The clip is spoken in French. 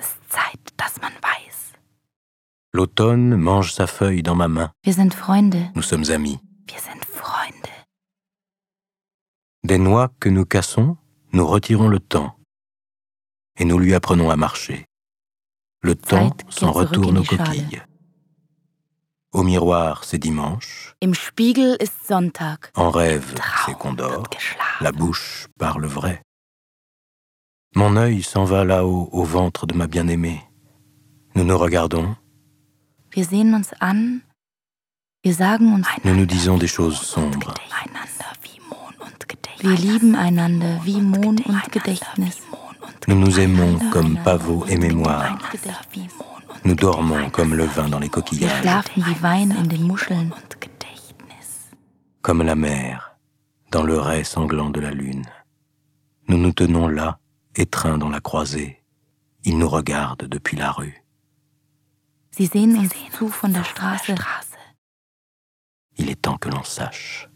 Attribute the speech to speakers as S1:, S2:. S1: ist Zeit, dass man weiß.
S2: L'automne mange sa feuille dans ma main.
S1: Wir sind Freunde.
S2: Nous sommes amis.
S1: Wir sind Freunde.
S2: Des noix que nous cassons, nous retirons le temps. Et nous lui apprenons à marcher. Le temps
S1: Zeit
S2: s'en
S1: kehrt zurück
S2: retourne
S1: in
S2: aux
S1: die Schale.
S2: coquilles. Au miroir, c'est dimanche.
S1: Im Spiegel ist Sonntag.
S2: En rêve, c'est
S1: Traum
S2: Condor.
S1: wird geschlagen.
S2: La bouche parle vrai. Mon œil s'en va là-haut au ventre de ma bien-aimée. Nous nous regardons,
S1: Wir sehen uns an. Wir sagen uns
S2: nous nous disons des choses sombres.
S1: einander wie Mond und Gedächtnis. Wir lieben einander wie Mond und Gedächtnis.
S2: Nous nous aimons
S1: Ah,
S2: comme pavots et mémoire. Nous dormons comme le vin dans les
S1: Wir
S2: coquillages,
S1: schlafen wie Wein in den Muscheln.
S2: comme la mer dans le ray sanglant de la lune. Nous nous tenons là, étreints dans la croisée. Ils nous regardent depuis la rue.
S1: Sie sehen uns zu von der Straße.
S2: Il est temps que l'on sache.